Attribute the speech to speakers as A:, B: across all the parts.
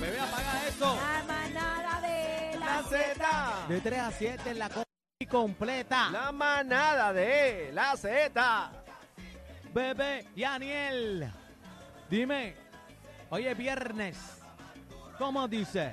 A: Bebé, apaga eso.
B: La manada de
A: La
B: la
A: Z.
C: De 3 a 7 en la co- y completa.
A: La manada de la Z.
C: Bebé y Aniel. Dime, hoy es viernes. ¿Cómo dice?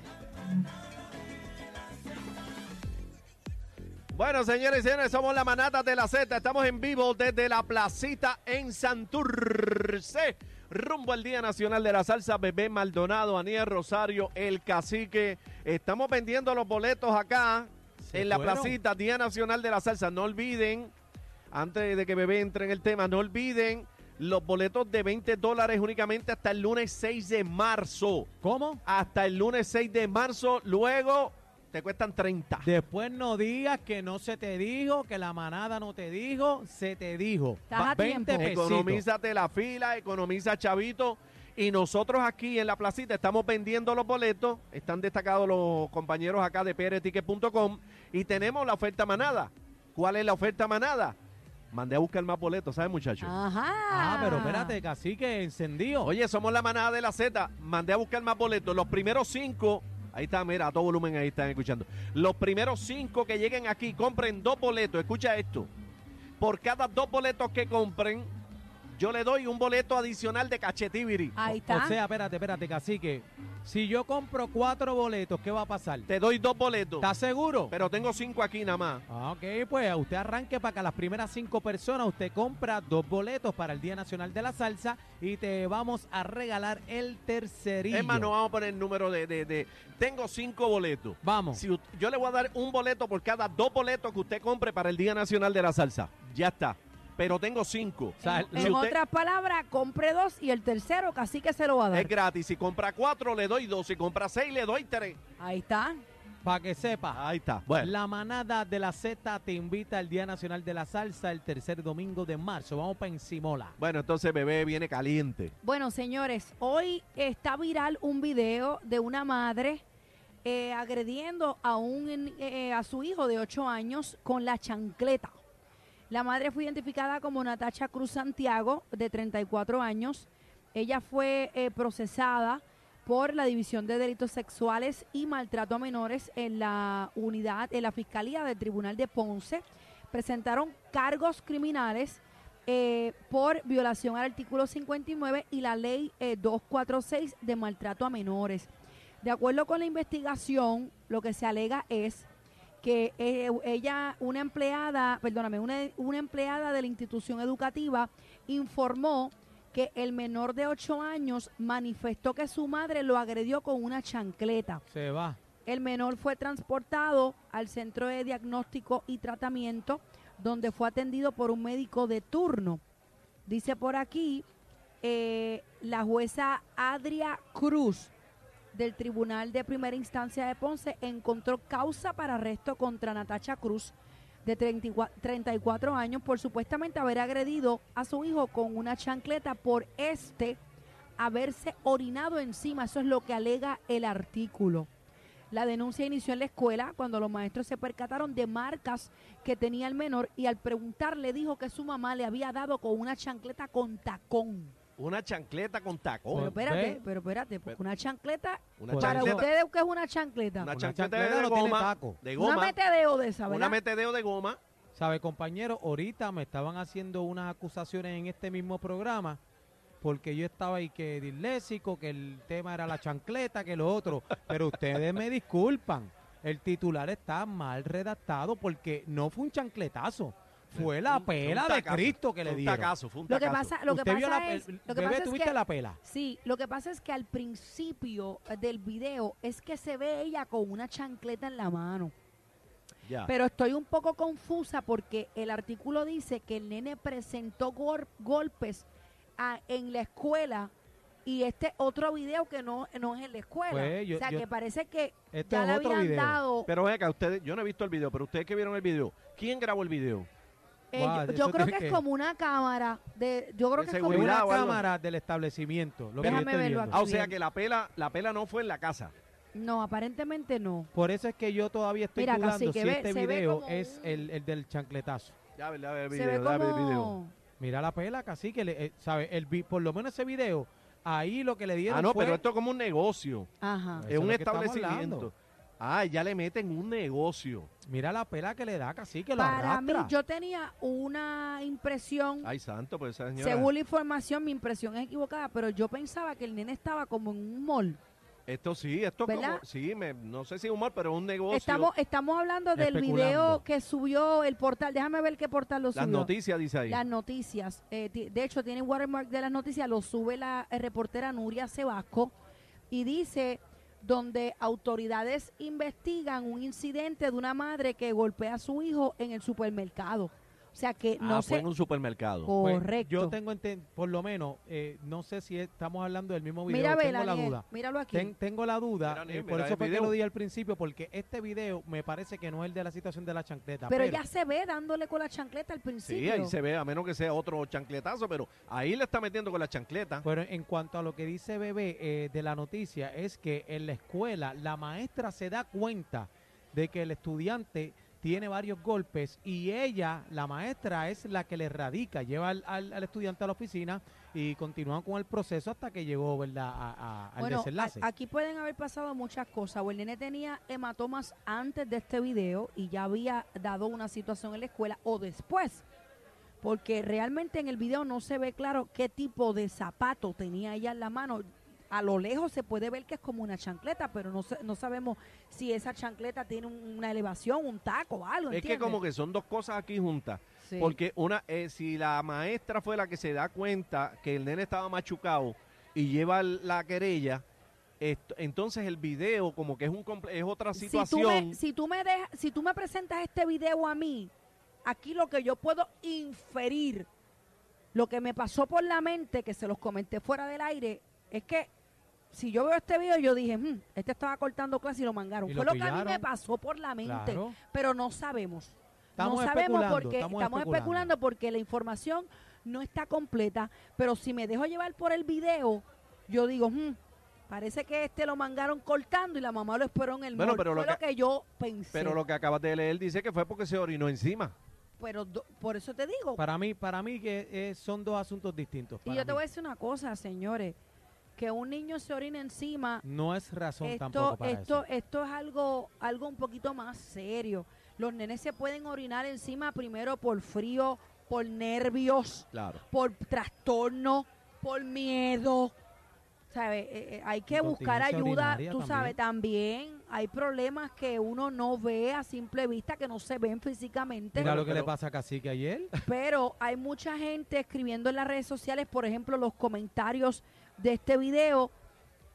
A: Bueno, señores y señores, somos la manada de la Z. Estamos en vivo desde la placita en Santurce. Rumbo al Día Nacional de la Salsa, Bebé Maldonado, Aniel Rosario, El Cacique. Estamos vendiendo los boletos acá
C: Se
A: en la
C: fueron.
A: placita, Día Nacional de la Salsa. No olviden, antes de que Bebé entre en el tema, no olviden los boletos de 20 dólares únicamente hasta el lunes 6 de marzo.
C: ¿Cómo?
A: hasta el lunes 6 de marzo. Luego te cuestan 30.
C: Después no digas que no se te dijo, que la manada no te dijo, se te dijo.
B: Estás
C: Va-
B: a tiempo.
C: pesitos.
A: Economízate la fila, economiza chavito. Y nosotros aquí en la placita estamos vendiendo los boletos. Están destacados los compañeros acá de prticket.com. Y tenemos la oferta manada. ¿Cuál es la oferta manada? Mandé a buscar más boletos, ¿sabes, muchachos?
B: Ajá.
C: Ah, pero espérate, cacique, encendido.
A: Oye, somos la manada de la Z. Mandé a buscar más boletos. Los primeros cinco. Ahí está, mira, a todo volumen ahí están escuchando. Los primeros cinco que lleguen aquí, compren dos boletos. Escucha esto. Por cada dos boletos que compren, yo le doy un boleto adicional de cachetiviri.
B: Ahí
C: O-
B: está.
C: O sea, espérate, espérate, cacique. Si yo compro cuatro boletos, ¿qué va a pasar?
A: Te doy dos boletos.
C: ¿Estás seguro?
A: Pero tengo cinco aquí nada más.
C: Ah, ok, pues usted arranque para que las primeras cinco personas usted compra dos boletos para el Día Nacional de la Salsa y te vamos a regalar el tercerillo.
A: Es más, no vamos a poner el número de, de- de- Tengo cinco boletos.
C: Vamos.
A: Si ut- yo le voy a dar un boleto por cada dos boletos que usted compre para el Día Nacional de la Salsa. Ya está. Pero tengo cinco.
C: O sea,
B: en
A: si usted-
B: otras palabras, compre dos y el tercero casi que se lo va a
A: Es
B: dar.
A: gratis. Si compra cuatro, le doy dos. Si compra seis, le doy tres.
B: Ahí está.
C: Para que sepa,
A: Ahí está. Bueno,
C: la manada de la Z te invita al Día Nacional de la Salsa el tercer domingo de marzo. Vamos para Encimola.
A: bueno entonces bebé viene caliente.
B: Bueno, señores, hoy está viral un video de una madre eh, agrediendo a, un, eh, a su hijo de 8 años con la chancleta. La madre fue identificada como Natacha Cruz Santiago, de 34 años. Ella fue eh, procesada por la División de Delitos Sexuales y Maltrato a Menores en la unidad, en la Fiscalía del Tribunal de Ponce. Presentaron cargos criminales eh, por violación al artículo 59 y la ley eh, 246 de maltrato a menores. De acuerdo con la investigación, lo que se alega es que eh, ella, una empleada, perdóname, una, una empleada de la institución educativa informó que el menor de 8 años manifestó que su madre lo agredió con una chancleta.
C: Se va.
B: El menor fue transportado al centro de diagnóstico y tratamiento, donde fue atendido por un médico de turno. Dice por aquí eh, la jueza Adria Cruz del Tribunal de Primera Instancia de Ponce encontró causa para arresto contra Natacha Cruz, de 34 34 años, por supuestamente haber agredido a su hijo con una chancleta por este haberse orinado encima. Eso es lo que alega el artículo. La denuncia inició en la escuela cuando los maestros se percataron de marcas que tenía el menor y al preguntarle dijo que su mamá le había dado con una chancleta con tacón.
A: Una chancleta con tacón.
B: Pero
C: Pues,
B: espérate,
C: ve.
B: pero espérate, porque una chancleta,
A: Una
C: Pues,
B: para
A: chancleta.
B: ustedes, ¿qué es una chancleta?
A: Una
B: Una,
C: Una
A: chancleta
C: chancleta
A: de
C: no tiene
A: goma.
C: taco.
A: De goma.
B: metedeo de esa,
A: Una
B: ¿verdad?
A: metedeo de goma.
C: ¿Sabe, compañero? Ahorita me estaban haciendo unas acusaciones en este mismo programa porque yo estaba ahí que disléxico, que el tema era la chancleta, que lo otro. Pero ustedes me disculpan, el titular está mal redactado porque no fue un chancletazo, fue la
A: Un- fue un
C: pela de
A: tacazo,
C: Cristo que
A: fue
C: le
A: un
C: dieron.
A: tacazo, fue un
B: Lo que
A: tacazo.
B: pasa, lo que
C: Usted vio la
B: pasa
C: pe-
B: es,
C: el-
B: lo que
C: bebé,
B: pasa es
C: tuviste
B: que-
C: la pela.
B: Sí, lo que pasa es que al principio del video es que se ve ella con una chancleta en la mano.
C: Ah.
A: Ya.
B: Pero estoy un poco confusa porque el artículo dice que el nene presentó gor- golpes a- en la escuela y este otro video que no, no es en la escuela.
C: Pues, yo-
B: o sea,
C: yo-
B: que parece que
C: Esto
B: ya
C: es
B: le
C: otro
B: habían
C: video.
B: dado...
A: Pero ven acá, ustedes, yo no he visto el video, pero ustedes que vieron el video, ¿quién grabó el video?
B: eh, yo-
C: Guau,
B: yo,
C: eso
B: creo
C: tiene
B: que es
C: que-
B: como una cámara de... Yo creo
A: De
B: que es como
C: Fue
A: seguridad
C: una
B: una...
A: o algo.
C: cámara del establecimiento. lo que yo
B: Déjame
C: estoy
B: verlo
C: viendo.
A: Ah, o sea
B: Bien.
A: que la pela, la pela no fue en la casa.
B: No, aparentemente no.
C: Por eso es que yo todavía estoy
B: Mira,
C: dudando
B: cacique,
C: si
B: ve-
C: este
B: se ve
C: video
B: como
C: es
B: un-
C: el, el del chancletazo.
A: Ya, ¿verdad? Ve El
B: se ve
A: video, Ah, ya, ve el video.
B: como...
C: Mira la pela, casi que le, eh, sabe, el, vi- por lo menos ese video, ahí lo que le dieron
A: Ah, no,
C: fue-
A: pero esto es como un negocio,
B: Ajá.
C: Eso
A: es un
C: lo que estamos
A: establecimiento.
C: hablando.
A: Ah, ya le meten un negocio.
C: Mira la pela que le da, casi que lo
B: Para mí,
C: arrastra.
B: yo tenía una impresión,
A: Ay, santo, pues esa señora.
B: según la información, mi impresión es equivocada, pero yo pensaba que el nene estaba como en un mall.
A: Esto sí, esto
B: ¿Verdad?
A: como, sí, me, no sé si humor, pero es un negocio.
B: Estamos, estamos hablando del
C: Especulando.
B: video que subió el portal. Déjame ver qué portal lo subió.
A: Las noticias, dice ahí.
B: Las noticias. Eh, ti- de hecho, tiene watermark de las noticias. Lo sube la eh, reportera Nuria Sebasco y dice donde autoridades investigan un incidente de una madre que golpea a su hijo en el supermercado. O sea que
A: ah,
B: no
A: fue
B: se...
A: en un supermercado.
C: Pues,
B: Correcto.
C: yo tengo, enten- por lo menos, eh, no sé si estamos hablando del mismo video,
B: Mira,
C: tengo
B: vela,
C: la
B: Aniel,
C: duda.
B: míralo aquí.
C: Ten- tengo la duda,
A: Mira, Aniel,
C: eh, por
A: mira
C: eso
A: el
C: fue que
A: video.
C: lo di al principio, porque este video me parece que no es el de la situación de la chancleta.
B: pero ya se ve dándole con la chancleta al
A: sí,
B: principio.
A: ahí se ve, a menos que sea otro chancletazo, pero ahí le está metiendo con la chancleta.
B: Pues,
C: Pero en cuanto a lo que dice Bebé eh, de la noticia, es que en la escuela la maestra se da cuenta de que el estudiante tiene varios golpes y ella, la maestra, es la que le radica, lleva al, al- al estudiante a la oficina y continúan con el proceso hasta que llegó ¿verdad? A- a- al
B: Bueno,
C: desenlace.
B: a- aquí pueden haber pasado muchas cosas. O el nene tenía hematomas antes de este video y ya había dado una situación en la escuela o después. Porque realmente en el video no se ve claro qué tipo de zapato tenía ella en la mano. A lo lejos se puede ver que es como una chancleta, pero no, sa- no sabemos si esa chancleta tiene un- una elevación, un taco o algo.
A: es que como que son dos cosas aquí juntas. Porque una, eh, si la maestra fue la que se da cuenta que el nene estaba machucado y lleva l- la querella, esto- entonces el video como que es un comple- es otra
B: Si tú
A: situación.
B: me, si tú me dejas- si tú me presentas este video a mí, aquí lo que yo puedo inferir, lo que me pasó por la mente, que se los comenté fuera del aire, es que si yo veo este video, yo dije, "Hmm, este estaba cortando clase y lo mangaron.
C: Y
B: Fue
C: lo
B: lo, que a mí
C: pillaron.
B: me pasó por la mente,
C: Claro.
B: pero no sabemos.
C: Estamos
B: no sabemos
C: especulando,
B: porque
C: estamos especulando.
B: especulando porque la información no está completa, pero si me dejo llevar por el video, yo digo, "Hmm, parece que este lo mangaron cortando y la mamá lo esperó en el
A: Bueno,
B: mall".
A: pero lo
B: Fue lo
A: que-
B: que yo pensé.
A: pero lo que acabas de leer dice que fue porque se orinó encima.
B: Pero do- por eso te digo.
C: Para mí, para mí que eh, son dos asuntos distintos.
B: y
C: para
B: yo te
C: mí.
B: voy a decir una cosa, señores, que un niño se orine encima
C: No es razón
B: esto,
C: tampoco para
B: esto,
C: eso.
B: esto es algo, algo un poquito más serio. Los nenes se pueden orinar encima primero por frío, por nervios,
A: Claro.
B: por trastorno, por miedo. ¿Sabes? hay que buscar
C: Incontinencia
B: ayuda,
C: urinaria
B: tú sabes, también hay problemas que uno no ve a simple vista, que no se ven físicamente.
C: Mira
A: Pero-
C: lo que le
A: pero-
C: pasa a Cacique ayer.
B: Pero hay mucha gente escribiendo en las redes sociales, por ejemplo, los comentarios de este video.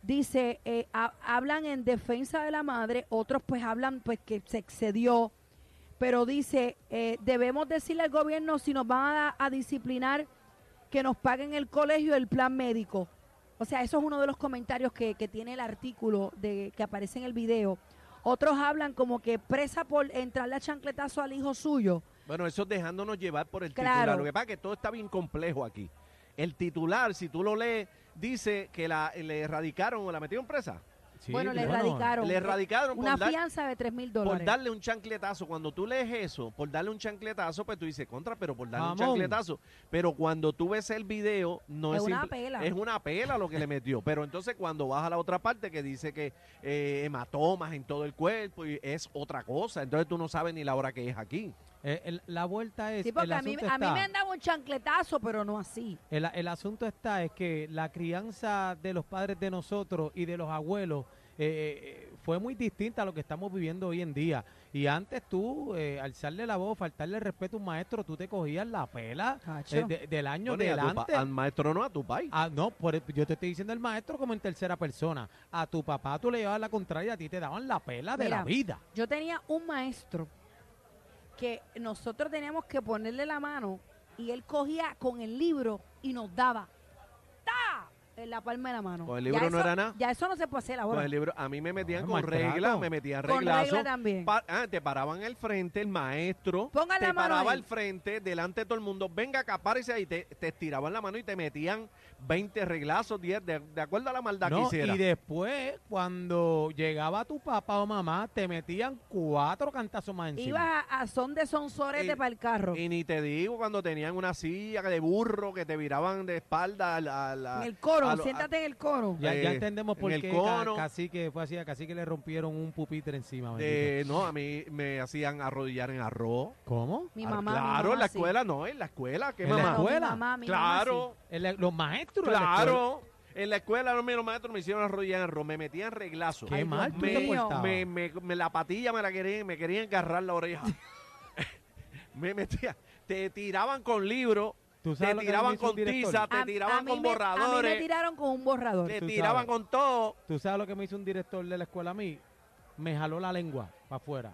B: Dice, eh, ha- hablan en defensa de la madre, otros pues hablan pues que se excedió, pero dice, eh, debemos decirle al gobierno si nos van a, a disciplinar que nos paguen el colegio el plan médico. O sea, eso es uno de los comentarios que, que tiene el artículo de que aparece en el video. Otros hablan como que presa por entrarle a chancletazo al hijo suyo.
A: Bueno, eso es dejándonos llevar por el
B: Claro.
A: titular. Lo que pasa es que todo está bien complejo aquí. El titular, si tú lo lees, dice que la, le erradicaron o la metieron presa.
C: Sí,
B: bueno, le
C: bueno,
B: erradicaron. eh,
A: Le erradicaron
B: una
A: por, dar-
B: fianza de 3 mil
A: por
B: dólares.
A: darle un chancletazo. Cuando tú lees eso, por darle un chancletazo, pues tú dices contra, pero por darle
C: Mamón.
A: un chancletazo. Pero cuando tú ves el video, no
B: Es
A: es,
B: una
A: simple-
B: pela.
A: Es una pela lo que le metió. Pero entonces cuando vas a la otra parte que dice que eh, hematomas en todo el cuerpo y es otra cosa. Entonces tú no sabes ni la hora que es aquí.
C: Eh, el- la vuelta es.
B: Sí, porque
C: el
B: a mí,
C: asunto
B: a mí
C: está-
B: me han dado un chancletazo, pero no así.
C: El, el asunto está es que la crianza de los padres de nosotros y de los abuelos eh, eh, fue muy distinta a lo que estamos viviendo hoy en día. Y antes tú, eh, alzarle la voz, faltarle el respeto a un maestro, tú te cogías la pela
B: Cacho.
C: eh, de- del año
A: Bueno, y a tu pa-
C: delante.
A: al maestro no, a tu país.
C: Ah, no, por el- yo te estoy diciendo el maestro como en tercera persona. A tu papá tú le llevabas la contraria, a ti te daban la
A: Ah,
C: pela de la
B: Mira.
C: vida.
B: Yo tenía un maestro que nosotros teníamos que ponerle la mano y él cogía con el libro y nos daba ¡ta! en la palma de la mano.
A: Con el
B: Ya
A: libro no
B: eso-
A: era nada.
B: Ya eso no se puede hacer ahora.
A: Pues el libro, a mí me metían
C: Ah,
A: con
C: maltrato.
A: reglas, me metían
B: Con
A: reglazo.
B: regla también.
A: Pa- ah, te paraban al frente, el maestro.
B: Pongan
A: te
B: la mano
A: paraba
B: ahí.
A: al frente, delante de todo el mundo. Venga, acá, párese ahí. Te, te estiraban la mano y te metían 20 reglazos, 10, de, de acuerdo a la maldad que
C: No,
A: hiciera.
C: y después, cuando llegaba tu papá o mamá, te metían cuatro cantazos más encima.
B: Ibas a, a son de sonsorete
A: Eh,
B: para el carro.
A: Y ni te digo cuando tenían una silla de burro que te viraban de espalda al- al- a-
B: en el coro,
A: a lo- a-
B: siéntate en el coro.
C: Ya, ya
A: Eh,
C: entendemos por
A: en el
C: qué
A: cono.
C: casi que fue así, casi que le rompieron un pupitre encima. bendito.
A: de- no, a mí me hacían arrodillar en arroz.
C: ¿Cómo?
B: Mi
A: Ah,
B: mamá. mi
A: Claro, en
B: mamá
A: la
B: sí.
A: escuela no, en la escuela, ¿qué
C: En la
A: mamá?
B: Claro, mi
C: escuela.
B: mamá, mi mamá sí.
A: claro.
C: En la- los maestros. de la escuela.
A: Claro. En la escuela los mismos maestros me hicieron arrodillar en arroz, me metían reglazo.
C: Qué
B: Ay,
C: mal
B: Dios
C: tú te
B: mío.
C: portabas.
A: Me, me- me- la patilla me la querían, me querían agarrar la oreja. me metía, te tiraban con libros,
C: ¿Tú
A: te
C: sabes lo que a mí me
A: tiraban
C: hizo un
A: con
C: director?
A: tiza, te
B: A- a
A: tiraban
B: mí
A: con
B: me- A mí me
A: borradores,
B: tiraron con un borrador.
A: te
C: Tú
A: tiraban
C: sabes.
A: con todo.
C: ¿Tú sabes lo que me hizo un director de la escuela a mí? Me jaló la lengua para afuera.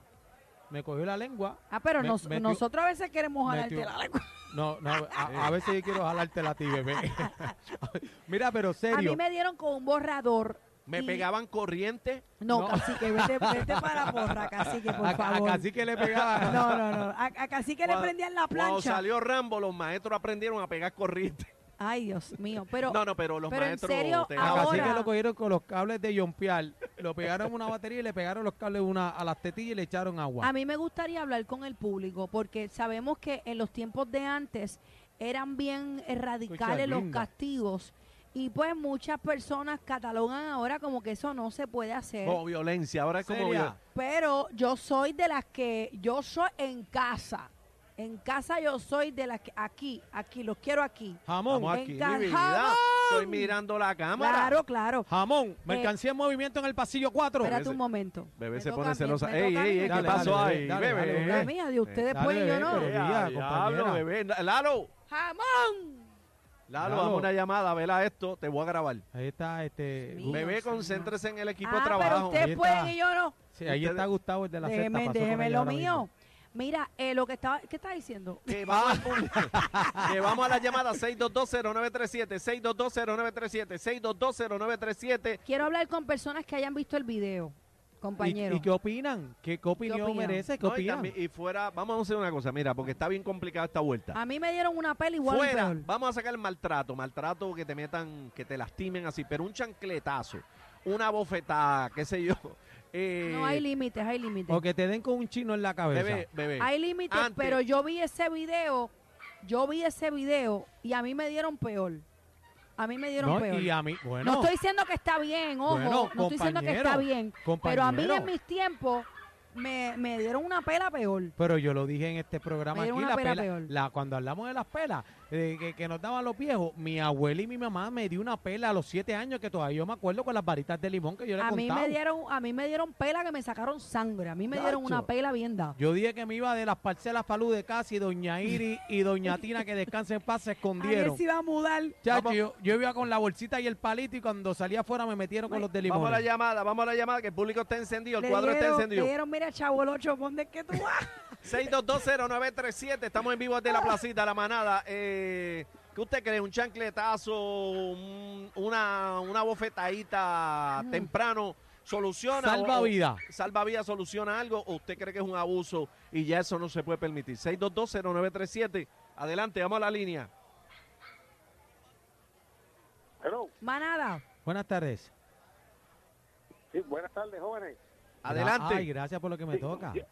C: Me cogió la lengua.
B: Ah, pero
C: Me-
B: nos-
C: metió-
B: nosotros a veces queremos
C: metió-
B: jalarte la lengua.
C: No, no, a, a veces yo quiero jalarte la ti, bebé. Mira, pero
B: A
C: serio.
B: mí me dieron con un borrador.
A: Me
B: y-
A: pegaban corriente.
B: No,
C: No.
B: cacique, vete, vete para la porra, cacique, por
C: a- a-
B: favor.
C: casi que le pegaba.
B: No, no, no. A, a cacique le
A: Cuando-
B: prendían la
A: Cuando
B: plancha.
A: salió Rambo, los maestros aprendieron a pegar corriente.
B: Ay, Dios mío. Pero
A: no, no, pero los
B: pero en
A: maestros
B: serio,
A: te
C: A
A: daban-
B: ahora-
C: Cacique lo cogieron con los cables de Yompial, lo pegaron a una batería y le pegaron los cables una, a las tetillas y le echaron agua.
B: a mí me gustaría hablar con el público porque sabemos que en los tiempos de antes eran bien eh, radicales los
C: linda.
B: castigos y pues muchas personas catalogan ahora como que eso no se puede hacer.
A: Como violencia, ahora es como
C: Seria.
A: violencia.
B: Pero yo soy de las que, yo soy en casa. En casa yo soy de las que, aquí, aquí, los quiero aquí.
C: Jamón,
A: Estamos aquí,
B: Venga,
A: mi vida.
B: jamón.
A: Estoy mirando la cámara.
B: Claro, claro.
C: jamón, mercancía en movimiento en el pasillo 4.
B: Eh, Espérate
A: ese-
B: un momento.
A: Bebé
B: Me
A: se
B: toca a
A: pone
B: mí,
A: celosa.
B: me
A: Ey,
B: toca a mí,
A: ey,
B: me
A: ey, ¿qué
B: toca a mí.
A: pasó
C: Dale,
A: ahí,
C: dale,
A: bebé? Eh,
C: dale,
B: La
C: dale.
B: mía, de ustedes
C: Dale,
B: pues, yo
C: bebé,
B: no.
C: pero- Mira,
A: diablo,
C: compañera.
A: bebé. Na- Lalo,
B: ¡Jamón!
A: Lalo,
C: Lalo.
A: dame una llamada, vela esto, te voy a grabar.
C: Ahí está este.
B: Dios
C: Gu-
B: mío.
A: Bebé, concéntrese en el equipo
B: ah,
A: de trabajo.
B: pero
C: ahí
B: ustedes
C: está.
B: pueden y yo no.
C: sí, ahí está Gustavo el de la
B: Déjeme,
C: sexta. pasó por
B: déjeme
C: ahí
B: lo
C: ahora mismo.
B: mío. Mira, eh, lo que estaba, ¿qué estaba diciendo?
A: Que vamos, al público. Que vamos a la llamada 6220937, 6220937, 6220937.
B: Quiero hablar con personas que hayan visto el video,
C: ¿Y,
B: compañero.
C: y qué opinan? ¿Qué, qué opinión
B: opinan?
C: merece? ¿Qué
A: No, y,
C: opinan?
A: también- y fuera, vamos a hacer una cosa, mira, porque está bien complicada esta vuelta.
B: a mí me dieron una peli Ah, igual. y
A: Fuera,
B: peor.
A: vamos a sacar el maltrato, maltrato que te metan, que te lastimen así, pero un chancletazo, una bofetada, qué sé yo. eh,
B: No hay límites, hay límites.
C: O que te den con un chino en la cabeza.
A: bebé, bebé.
B: Hay límites,
A: Antes.
B: pero yo vi ese video, yo vi ese video y a mí me dieron peor. A mí me dieron
C: No,
B: peor.
C: y a mí, bueno,
B: no estoy diciendo que está bien, ojo,
C: Bueno,
B: no estoy diciendo que está
C: compañero,
B: bien, pero a mí
C: compañero.
B: en mis tiempos me, me dieron una pela peor.
C: pero yo lo dije en este programa
B: Me
C: aquí,
B: dieron una
C: la
B: pela
C: pela-
B: peor.
C: la- cuando hablamos de las pelas eh, que, que nos daban los viejos, mi abuela y mi mamá me dio una pela a los siete años que todavía yo me acuerdo con las varitas de limón que yo le
B: A mí
C: contaba.
B: me dieron a mí me dieron pela que me sacaron sangre, a mí me dieron una
C: Chacho.
B: pela bien dada.
C: Yo dije que me iba de las parcelas Falú de Casi, Doña Iri y Doña Tina, que descansen en paz, se escondieron.
B: iba a mudar.
C: Chacho, yo, yo iba con la bolsita y el palito y cuando salía afuera me metieron con los de limón.
A: Vamos a la llamada, vamos a la llamada, que el público está encendido, el cuadro está encendido.
B: dieron, mira, chavo, el 8, ¿dónde que tú vas?
A: 6220937, estamos en vivo de la placita, la manada. Eh, ¿Qué usted cree? ¿Un chancletazo, un- una, una bofetadita temprano soluciona?
C: Salva
A: o- o-
C: vida.
A: ¿Salva vida soluciona algo o usted cree que es un abuso y ya eso no se puede permitir? 6220937, adelante, vamos a la línea.
D: Hello.
B: Manada.
C: Buenas tardes.
D: Sí, buenas tardes, jóvenes.
A: Adelante.
C: Ay, gracias por lo que me
D: Sí,
C: toca.
D: yo-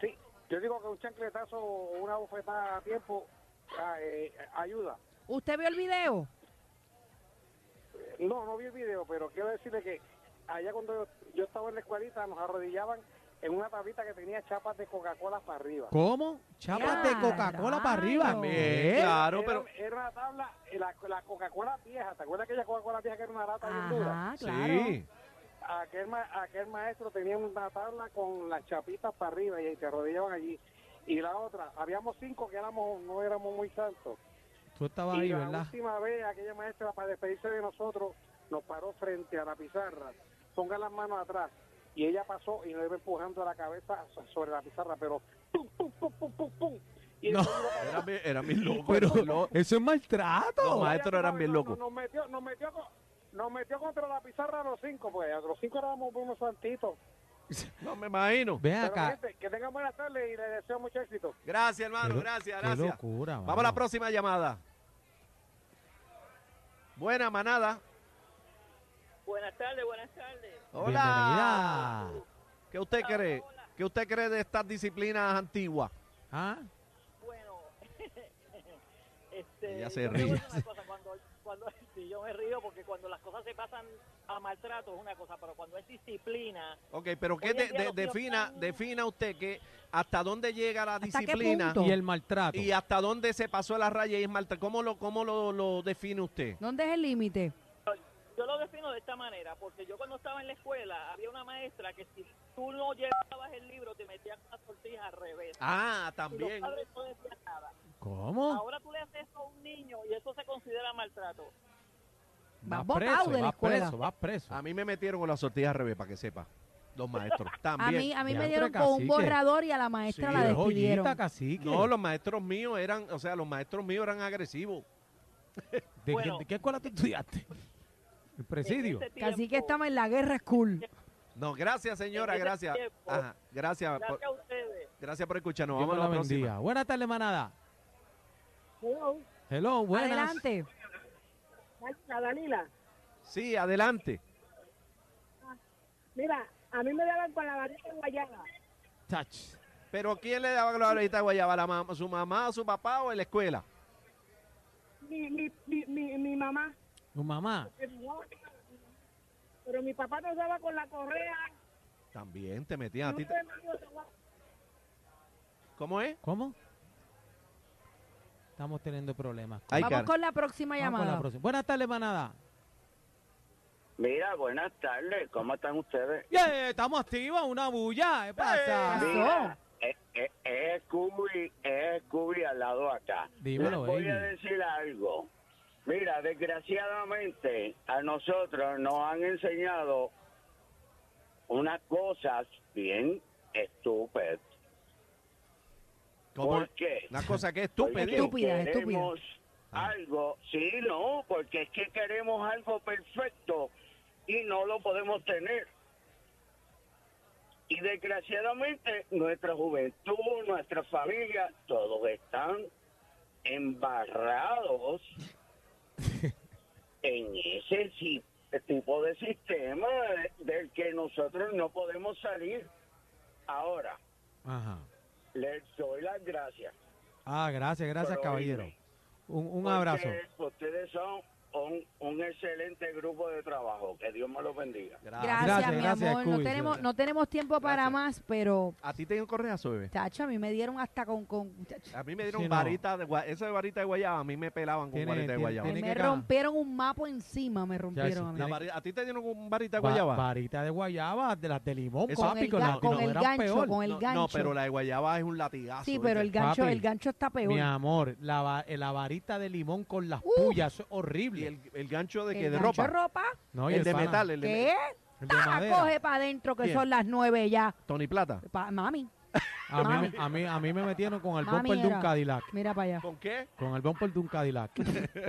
D: Sí, yo digo que un chancletazo o una bofetada a tiempo ah, eh, ayuda.
B: ¿Usted vio el video?
D: No, no vi el video, pero quiero decirle que allá cuando yo, yo estaba en la escuelita nos arrodillaban en una tablita que tenía chapas de Coca-Cola para arriba.
C: ¿Cómo? Chapas de
B: Ya,
C: Coca-Cola para arriba.
B: rayos.
A: Eh,
C: ¿Qué?
A: claro,
D: era,
A: pero
D: era una tabla, eh, la, la Coca-Cola vieja, ¿te acuerdas aquella Coca-Cola vieja que era una lata bien dura?
B: Ajá, claro.
A: sí.
D: Aquel, ma- aquel maestro tenía una tabla con las chapitas para arriba y ahí te arrodillaban allí. Y la otra, habíamos cinco que éramos no éramos muy santos.
C: Tú estabas
D: y
C: ahí,
D: la
C: ¿verdad?
D: última vez, aquella maestra, para despedirse de nosotros, nos paró frente a la pizarra. Ponga las manos atrás. Y ella pasó y nos iba empujando la cabeza so- sobre la pizarra, pero pum, pum, pum, pum, pum, pum. Y
C: No.
D: entonces iba
A: Era,
D: para-
A: mi- era mi loco.
C: Pero
A: era mi loco.
C: eso es maltrato.
A: No, ma-
D: Ella,
A: maestros
D: tú
A: eran
D: sabes,
A: bien
D: no-
A: locos.
D: no- Nos metió, nos metió, co- nos metió contra la pizarra a los cinco, pues. A los cinco éramos unos santitos.
A: No me imagino.
C: Ven
D: Pero,
C: acá.
D: gente, que tengan buenas tardes y les deseo mucho éxito.
A: Gracias, hermano.
C: Qué lo-
A: gracias,
C: Qué
A: gracias.
C: locura,
A: Vamos a la
C: mano.
A: próxima llamada. Buena manada.
E: Buenas tardes, buenas tardes.
A: Hola.
C: Bienvenida.
A: ¿Qué usted cree?
E: Hola, hola.
A: ¿Qué usted cree de estas disciplinas antiguas?
C: ¿Ah?
E: Bueno, este,
A: Ella se
E: yo te voy a
A: ríe.
E: decir una cosa, cuando, cuando, sí, yo me río porque cuando las cosas se pasan a maltrato es una cosa, pero cuando es disciplina,
A: Ok, pero ¿qué
E: Hoy en
A: de-
E: día
A: de-
E: los tíos
A: defina,
E: están-
A: defina usted que hasta dónde llega la
B: ¿Hasta qué
A: disciplina
B: punto?
C: Y el maltrato.
A: y hasta dónde se pasó la raya y es maltrato? ¿Cómo lo, cómo lo, lo define usted?
B: ¿Dónde es el límite?
E: yo lo defino de esta manera, porque yo cuando estaba en la escuela había una maestra que si tú no llevabas el libro te metían una tortilla al revés.
A: Ah,
E: Y los
A: también.
E: padres no decían nada.
C: ¿Cómo?
E: Ahora tú le haces eso a un niño y eso se considera maltrato.
C: Vas
B: Va botado
C: preso,
B: de la
C: vas
B: escuela.
C: preso, vas preso.
A: A mí me metieron con la sortilla al revés, para que sepa. Dos maestros. También.
B: A mí, a mí
C: Diantre,
B: me dieron con un
C: cacique.
B: borrador y a la maestra
C: Sí,
B: la
C: es joyita,
B: despidieron.
C: cacique.
A: No, los maestros míos eran, o sea, los maestros míos eran agresivos.
C: ¿De,
E: Bueno.
C: de qué escuela tú estudiaste? El
E: En
C: presidio.
E: ese tiempo-
B: Casi que estamos en la guerra school.
A: No, gracias, señora,
E: En ese
A: gracias.
E: tiempo,
A: Ajá, gracias, por,
E: Gracias a ustedes.
A: gracias por escucharnos.
C: Dios
A: Vamos
C: me
A: a
C: la
A: la próxima.
C: bendiga. Buenas tardes, manada. Hello, buenas.
B: Adelante.
F: Danila,
A: Sí, adelante.
F: mira, a mí me daban con la varita de guayaba.
C: Touch.
A: Pero ¿quién le daba la varita de guayaba? ¿La mam- ¿Su mamá, su papá o en la escuela?
F: Mi, mi, mi, mi, mi mamá,
C: Tu mamá.
F: pero mi papá nos daba con la correa.
A: También te metían a
F: y
A: ti.
F: uno de mis hijos se va-
A: ¿Cómo es?
C: ¿Cómo? Estamos teniendo problemas. con-
A: Ay,
B: Vamos
A: cara.
B: con la próxima
C: Vamos con la
B: llamada.
C: próxima. Buenas tardes, manada.
G: Mira, buenas tardes, ¿cómo están ustedes?
C: Yeah, estamos activos, una bulla. ¿Qué pasa?
B: Pasó.
G: Mira, es, es, Eh, es Scooby, es Scooby al lado acá.
C: Dímelo,
G: Les voy a
C: baby.
G: decir algo. Mira, desgraciadamente a nosotros nos han enseñado unas cosas bien estúpidas.
A: ¿Cómo
G: ¿Por
A: es?
G: qué?
A: Una cosa que es
G: Porque
A: estúpida.
B: Estúpida, estúpida.
G: queremos
A: Ah.
G: algo, sí, no, porque es que queremos algo perfecto y no lo podemos tener. Y desgraciadamente nuestra juventud, nuestra familia, todos están embarrados en ese si- tipo de sistema del que nosotros no podemos salir. Ahora,
C: Ajá.
G: les doy las gracias.
C: Ah, gracias, gracias,
G: Pero,
C: caballero.
G: oye,
C: Un, un
G: porque
C: abrazo.
G: Ustedes son un, un excelente grupo de trabajo. Que Dios me los bendiga.
B: Gracias,
C: Gracias,
B: mi
C: gracias,
B: amor.
C: Scooby.
B: no, tenemos, no tenemos tiempo para
A: Gracias.
B: más, pero,
A: ¿A ti te dio correazo, bebé?
B: chacho, a mí me dieron hasta con... con
C: Ah,
B: chacho,
A: A mí me dieron
C: Sí, no.
A: varita de guayaba. Esa de varita de guayaba, a mí me pelaban con
C: Tiene-
A: varita de
C: tiene-
A: guayaba.
C: tiene-
B: me
C: que ca-
B: rompieron un mapa encima, me rompieron a mí.
A: La vari- ¿A ti te dieron con varita de
C: Va-
A: guayaba?
C: varita de guayaba, de las de limón,
A: Eso-
C: papi,
B: Con el
C: con,
B: ga-
C: la-
B: con
C: no,
B: el
C: eran
B: gancho,
C: peor.
B: con el
A: no,
B: gancho.
A: no, pero la de guayaba es un latigazo.
B: sí, pero el
A: ¿viste?
B: gancho,
C: Papi,
B: el gancho está
C: Mi
B: peor.
C: amor, la, va- eh, la varita de limón con las
B: Uh.
C: pullas, eso es horrible.
A: ¿Y el, el gancho de
B: El
A: qué? ¿De
B: gancho
A: ropa?
B: es ropa?
C: no, y
A: el, de
C: pana,
A: metal, el de me-
B: ¿Qué?
C: el de
B: ¡Ah!
C: madera.
B: Coge para adentro, que
A: Bien.
B: son las nueve ya.
A: Tony Plata.
B: Pa- mami,
C: A mí, me- a, mí, a mí me metieron con el
B: Mami
C: bumper de un
B: era.
C: Cadillac.
B: mira para allá.
A: ¿Con qué?
C: Con el bumper de un Cadillac.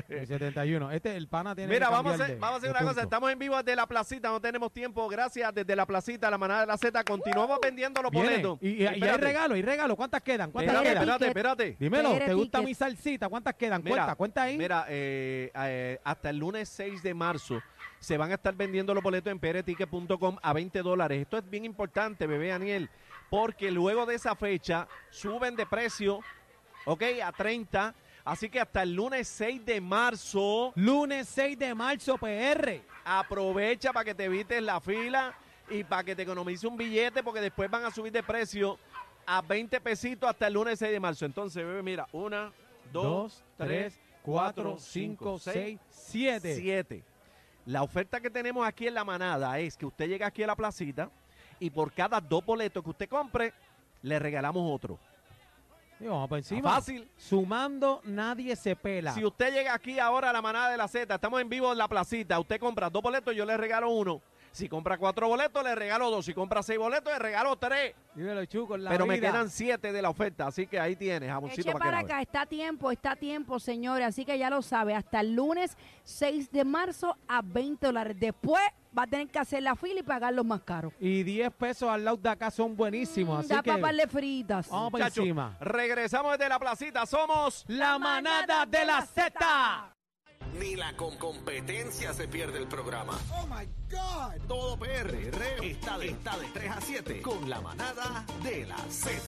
C: el 71. Este, el pana tiene
A: Mira,
C: que
A: vamos a
C: cambiar
A: hacer,
C: de-
A: vamos a hacer
C: de
A: una cosa.
C: punto.
A: Estamos en vivo desde la placita, no tenemos tiempo. Gracias, desde la placita, la manada de la Z. Continuamos vendiendo los
C: Viene,
A: boletos.
C: Y, y- y hay
A: Espérate,
C: regalo, hay regalo. ¿Cuántas quedan? ¿Cuántas
A: Espérate,
C: quedan?
A: espérate, espérate.
C: Dímelo,
B: Tigre
C: ¿te gusta
B: ticket.
C: mi salsita? ¿Cuántas quedan?
A: Mira,
C: cuenta, cuenta ahí.
A: Mira, eh, eh, hasta el lunes 6 de marzo se van a estar vendiendo los boletos en prticket.com a 20 dólares. Esto es bien importante, bebé Daniel, porque luego de esa fecha suben de precio, ¿ok? A 30. Así que hasta el lunes 6 de marzo,
C: Lunes 6 de marzo, PR.
A: aprovecha para que te evites la fila y para que te economice un billete porque después van a subir de precio a 20 pesitos hasta el lunes 6 de marzo. Entonces, bebé, mira, una, dos, tres, cuatro, cinco, seis,
C: 7.
A: siete. La oferta que tenemos aquí en la manada es que usted llega aquí a la placita y por cada dos boletos que usted compre, le regalamos otro.
C: Y vamos para encima.
A: Fácil.
C: Sumando, nadie se pela.
A: Si usted llega aquí ahora a la manada de la Z, estamos en vivo en la placita, usted compra dos boletos, yo le regalo uno. Si compra cuatro boletos, le regalo dos. Si compra seis boletos, le regalo tres.
C: Dímelo, Chuco, en la
A: Pero me
C: vida.
A: quedan siete de la oferta, así que ahí tienes, jamoncito
B: Eche para
A: para que
B: acá, está a tiempo, está a tiempo, señores. Así que ya lo sabe, hasta el lunes 6 de marzo a 20 dólares. Después va a tener que hacer la fila y pagar los más caros.
C: Y 10 pesos al lado de acá son buenísimos. Así
B: Da
C: que
B: paparle fritas.
C: vamos para
A: Chacho,
C: encima.
A: regresamos desde la placita, somos...
C: La manada de la Z.
H: Ni la con competencia se pierde el programa. Oh my God. Todo PR está de, está de 3 a 7 con la manada de la Z.